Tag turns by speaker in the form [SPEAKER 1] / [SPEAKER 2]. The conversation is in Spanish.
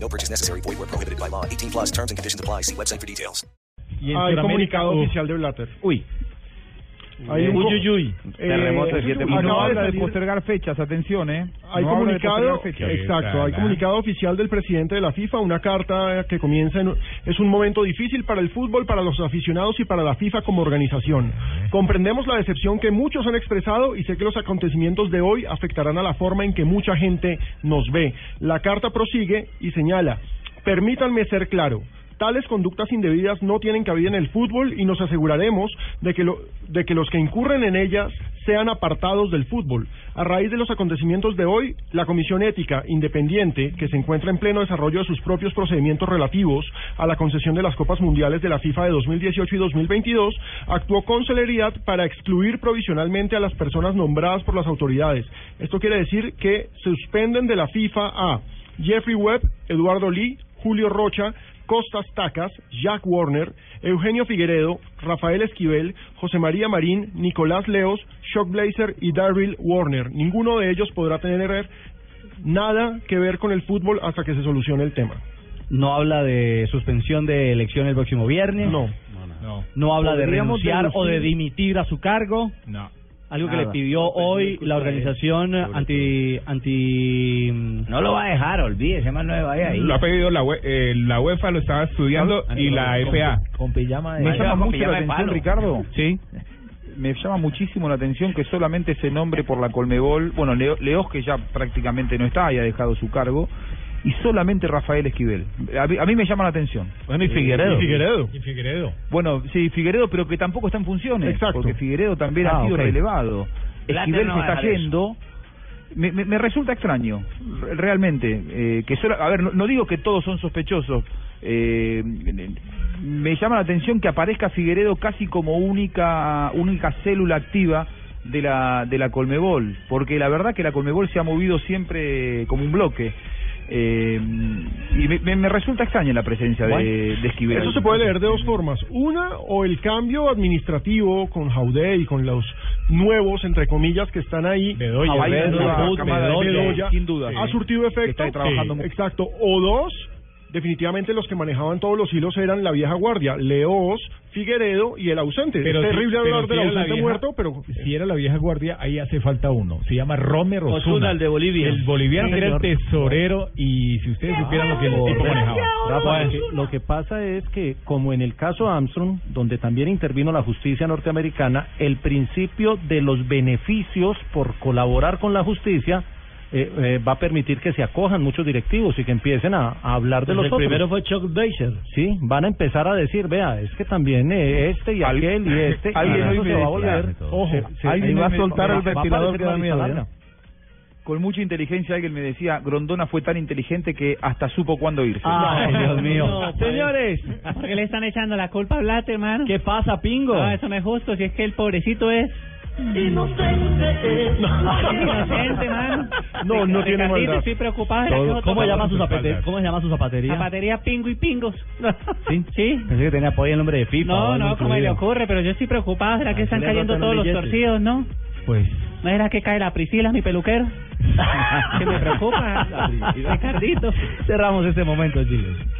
[SPEAKER 1] No purchase necessary. Void where prohibited by law. 18 plus terms and conditions apply. See website for details.
[SPEAKER 2] Y en
[SPEAKER 3] Ah, Hay
[SPEAKER 2] Sudamérica,
[SPEAKER 3] comunicado
[SPEAKER 2] oh,
[SPEAKER 3] oficial de Blatter.
[SPEAKER 2] Uy,
[SPEAKER 3] Hay un co-
[SPEAKER 2] Uyuyuy.
[SPEAKER 4] Terremoto de
[SPEAKER 3] Eh,
[SPEAKER 4] siete
[SPEAKER 3] y
[SPEAKER 4] puntos.
[SPEAKER 3] no habla
[SPEAKER 4] de
[SPEAKER 3] de
[SPEAKER 4] salir-
[SPEAKER 3] postergar fechas, atención, ¿eh?
[SPEAKER 2] Hay
[SPEAKER 3] No habla de postergar
[SPEAKER 2] comunicado,
[SPEAKER 3] fechas.
[SPEAKER 2] exacto, hay comunicado oficial del presidente de la FIFA, una carta que comienza en, es un momento difícil para el fútbol, para los aficionados y para la FIFA como organización. Comprendemos la decepción que muchos han expresado y sé que los acontecimientos de hoy afectarán a la forma en que mucha gente nos ve. La carta prosigue y señala, permítanme ser claro. Tales conductas indebidas no tienen cabida en el fútbol y nos aseguraremos de que, lo- de que los que incurren en ellas sean apartados del fútbol. A raíz de los acontecimientos de hoy, la Comisión Ética Independiente, que se encuentra en pleno desarrollo de sus propios procedimientos relativos a la concesión de las Copas Mundiales de la FIFA de 2018 y 2022, actuó con celeridad para excluir provisionalmente a las personas nombradas por las autoridades. Esto quiere decir que suspenden de la FIFA a Jeffrey Webb, Eduardo Lee, Julio Rocha, Costas Tacas, Jack Warner, Eugenio Figueredo, Rafael Esquivel, José María Marín, Nicolás Leos, Shock Blazer y Daryl Warner. Ninguno de ellos podrá tener er-, nada que ver con el fútbol hasta que se solucione el tema.
[SPEAKER 4] No habla de suspensión de elección el próximo viernes.
[SPEAKER 2] No.
[SPEAKER 3] No,
[SPEAKER 4] No habla de
[SPEAKER 2] Podríamos
[SPEAKER 4] renunciar o de
[SPEAKER 2] deducir-
[SPEAKER 4] dimitir a su cargo.
[SPEAKER 3] no.
[SPEAKER 4] Algo que
[SPEAKER 5] Nada.
[SPEAKER 4] le pidió hoy la organización anti anti
[SPEAKER 5] No lo va a dejar, olvídese, más no va a ir ahí.
[SPEAKER 6] Lo ha pedido la, UE- eh, la UEFA, lo estaba estudiando
[SPEAKER 2] Ah,
[SPEAKER 6] y la FA.
[SPEAKER 5] Con pijama de...
[SPEAKER 3] Me
[SPEAKER 5] Ahí va
[SPEAKER 3] llama
[SPEAKER 5] con
[SPEAKER 3] mucho
[SPEAKER 5] pijama
[SPEAKER 3] la
[SPEAKER 5] de
[SPEAKER 3] atención,
[SPEAKER 5] palo.
[SPEAKER 3] Ricardo.
[SPEAKER 4] sí
[SPEAKER 3] Me llama muchísimo la atención que solamente se nombre por la Colmebol, bueno, Leo, Leoz, que ya prácticamente no está y ha dejado su cargo, y solamente Rafael Esquivel. A mí, a mí me llama la atención. Eh,
[SPEAKER 5] Bueno, y
[SPEAKER 2] Y Figueredo.
[SPEAKER 3] Bueno, sí, Figueredo, pero que tampoco está en funciones.
[SPEAKER 2] Exacto.
[SPEAKER 3] Porque Figueredo también
[SPEAKER 5] Ah,
[SPEAKER 3] ha sido
[SPEAKER 5] ok.
[SPEAKER 3] relevado.
[SPEAKER 5] Blatter
[SPEAKER 3] Esquivel
[SPEAKER 5] no
[SPEAKER 3] se
[SPEAKER 5] va a
[SPEAKER 3] está
[SPEAKER 5] dejar
[SPEAKER 3] yendo. Me, me- me resulta extraño, re- realmente. eh, que solo- a ver, no, no digo que todos son sospechosos. eh, me llama la atención que aparezca Figueredo casi como única única célula activa de la de la Colmebol, porque la verdad que la Colmebol se ha movido siempre como un bloque. eh, y me, me- me resulta extraña la presencia de, de Esquivel.
[SPEAKER 2] Eso
[SPEAKER 3] ahí.
[SPEAKER 2] se puede leer de dos formas. Una, o el cambio administrativo con Jaudé y con los nuevos, entre comillas, que están ahí.
[SPEAKER 3] Bedoya,
[SPEAKER 2] Ahí
[SPEAKER 3] Bedoya,
[SPEAKER 2] en la
[SPEAKER 3] Bedoya,
[SPEAKER 2] camada de
[SPEAKER 3] Bedoya,
[SPEAKER 2] Bedoya,
[SPEAKER 3] sin duda.
[SPEAKER 2] Ha
[SPEAKER 3] Sí.
[SPEAKER 2] surtido efecto.
[SPEAKER 3] Está trabajando mucho.
[SPEAKER 2] Exacto. O dos, definitivamente los que manejaban todos los hilos eran la vieja guardia, Leoz, Figueredo y el ausente.
[SPEAKER 7] Pero
[SPEAKER 2] es
[SPEAKER 7] si-
[SPEAKER 2] terrible
[SPEAKER 7] pero
[SPEAKER 2] hablar
[SPEAKER 7] si
[SPEAKER 2] del
[SPEAKER 7] era la
[SPEAKER 2] ausente
[SPEAKER 7] vieja-
[SPEAKER 2] muerto, pero...
[SPEAKER 7] Si era la vieja guardia, ahí hace falta uno. Se llama Romer Osuna.
[SPEAKER 4] Ozuna, el de Bolivia.
[SPEAKER 7] El boliviano
[SPEAKER 4] Sí,
[SPEAKER 7] que era el
[SPEAKER 4] señor.
[SPEAKER 7] tesorero y si ustedes supieran lo que el tipo manejaba.
[SPEAKER 8] Rafa, lo que- lo que pasa es que, como en el caso Armstrong, donde también intervino la justicia norteamericana, el principio de los beneficios por colaborar con la justicia eh, eh, va a permitir que se acojan muchos directivos y que empiecen a, a hablar de
[SPEAKER 7] Pues
[SPEAKER 8] los
[SPEAKER 4] el
[SPEAKER 8] otros.
[SPEAKER 4] primero fue Chuck Blazer
[SPEAKER 8] Sí, van a empezar a decir, vea, es que también eh, este y
[SPEAKER 3] Al-
[SPEAKER 8] aquel y este,
[SPEAKER 3] Alguien
[SPEAKER 8] y
[SPEAKER 3] hoy
[SPEAKER 8] eso
[SPEAKER 3] me
[SPEAKER 8] se va a
[SPEAKER 3] decía,
[SPEAKER 8] volver.
[SPEAKER 3] ojo,
[SPEAKER 8] se- se-
[SPEAKER 3] alguien
[SPEAKER 8] ahí
[SPEAKER 3] hoy
[SPEAKER 8] va a
[SPEAKER 3] me-
[SPEAKER 8] soltar
[SPEAKER 3] va-
[SPEAKER 8] el
[SPEAKER 3] va a
[SPEAKER 8] ventilador
[SPEAKER 3] aparecer
[SPEAKER 8] que da
[SPEAKER 3] una
[SPEAKER 8] miedo,
[SPEAKER 3] lista
[SPEAKER 8] ¿ya?
[SPEAKER 3] Con mucha inteligencia alguien me decía, Grondona fue tan inteligente que hasta supo cuándo irse.
[SPEAKER 9] Ah,
[SPEAKER 4] Ay, Dios mío.
[SPEAKER 3] pues.
[SPEAKER 8] Señores,
[SPEAKER 9] pues, ¿Por qué le están echando la culpa a Blatter, hermano?
[SPEAKER 4] qué pasa pingo
[SPEAKER 9] No, eso no es justo, si es que el pobrecito es inocente, mano.
[SPEAKER 2] No, no tiene
[SPEAKER 9] Ricardito,
[SPEAKER 2] maldad.
[SPEAKER 9] Estoy preocupado de la que
[SPEAKER 4] Todo-
[SPEAKER 9] otro-
[SPEAKER 4] cómo se llama su zapatería
[SPEAKER 7] espaldas.
[SPEAKER 4] cómo se llama su zapatería
[SPEAKER 9] Zapatería Pingo y Pingos.
[SPEAKER 4] sí
[SPEAKER 9] Sí.
[SPEAKER 4] pensé que tenía apoyo el nombre de FIFA o
[SPEAKER 9] No,
[SPEAKER 4] algo
[SPEAKER 9] no, como le
[SPEAKER 4] incluido.
[SPEAKER 9] ocurre, pero yo estoy preocupado, ¿será que
[SPEAKER 4] Ah,
[SPEAKER 9] están
[SPEAKER 4] se le
[SPEAKER 9] cayendo
[SPEAKER 4] rotan
[SPEAKER 9] todos
[SPEAKER 4] los
[SPEAKER 9] los
[SPEAKER 4] billetes.
[SPEAKER 9] torcidos, no?
[SPEAKER 7] Pues
[SPEAKER 9] ¿No era que cae la Priscila, mi peluquero? que me preocupa, Ricardito.
[SPEAKER 4] cerramos este momento chicos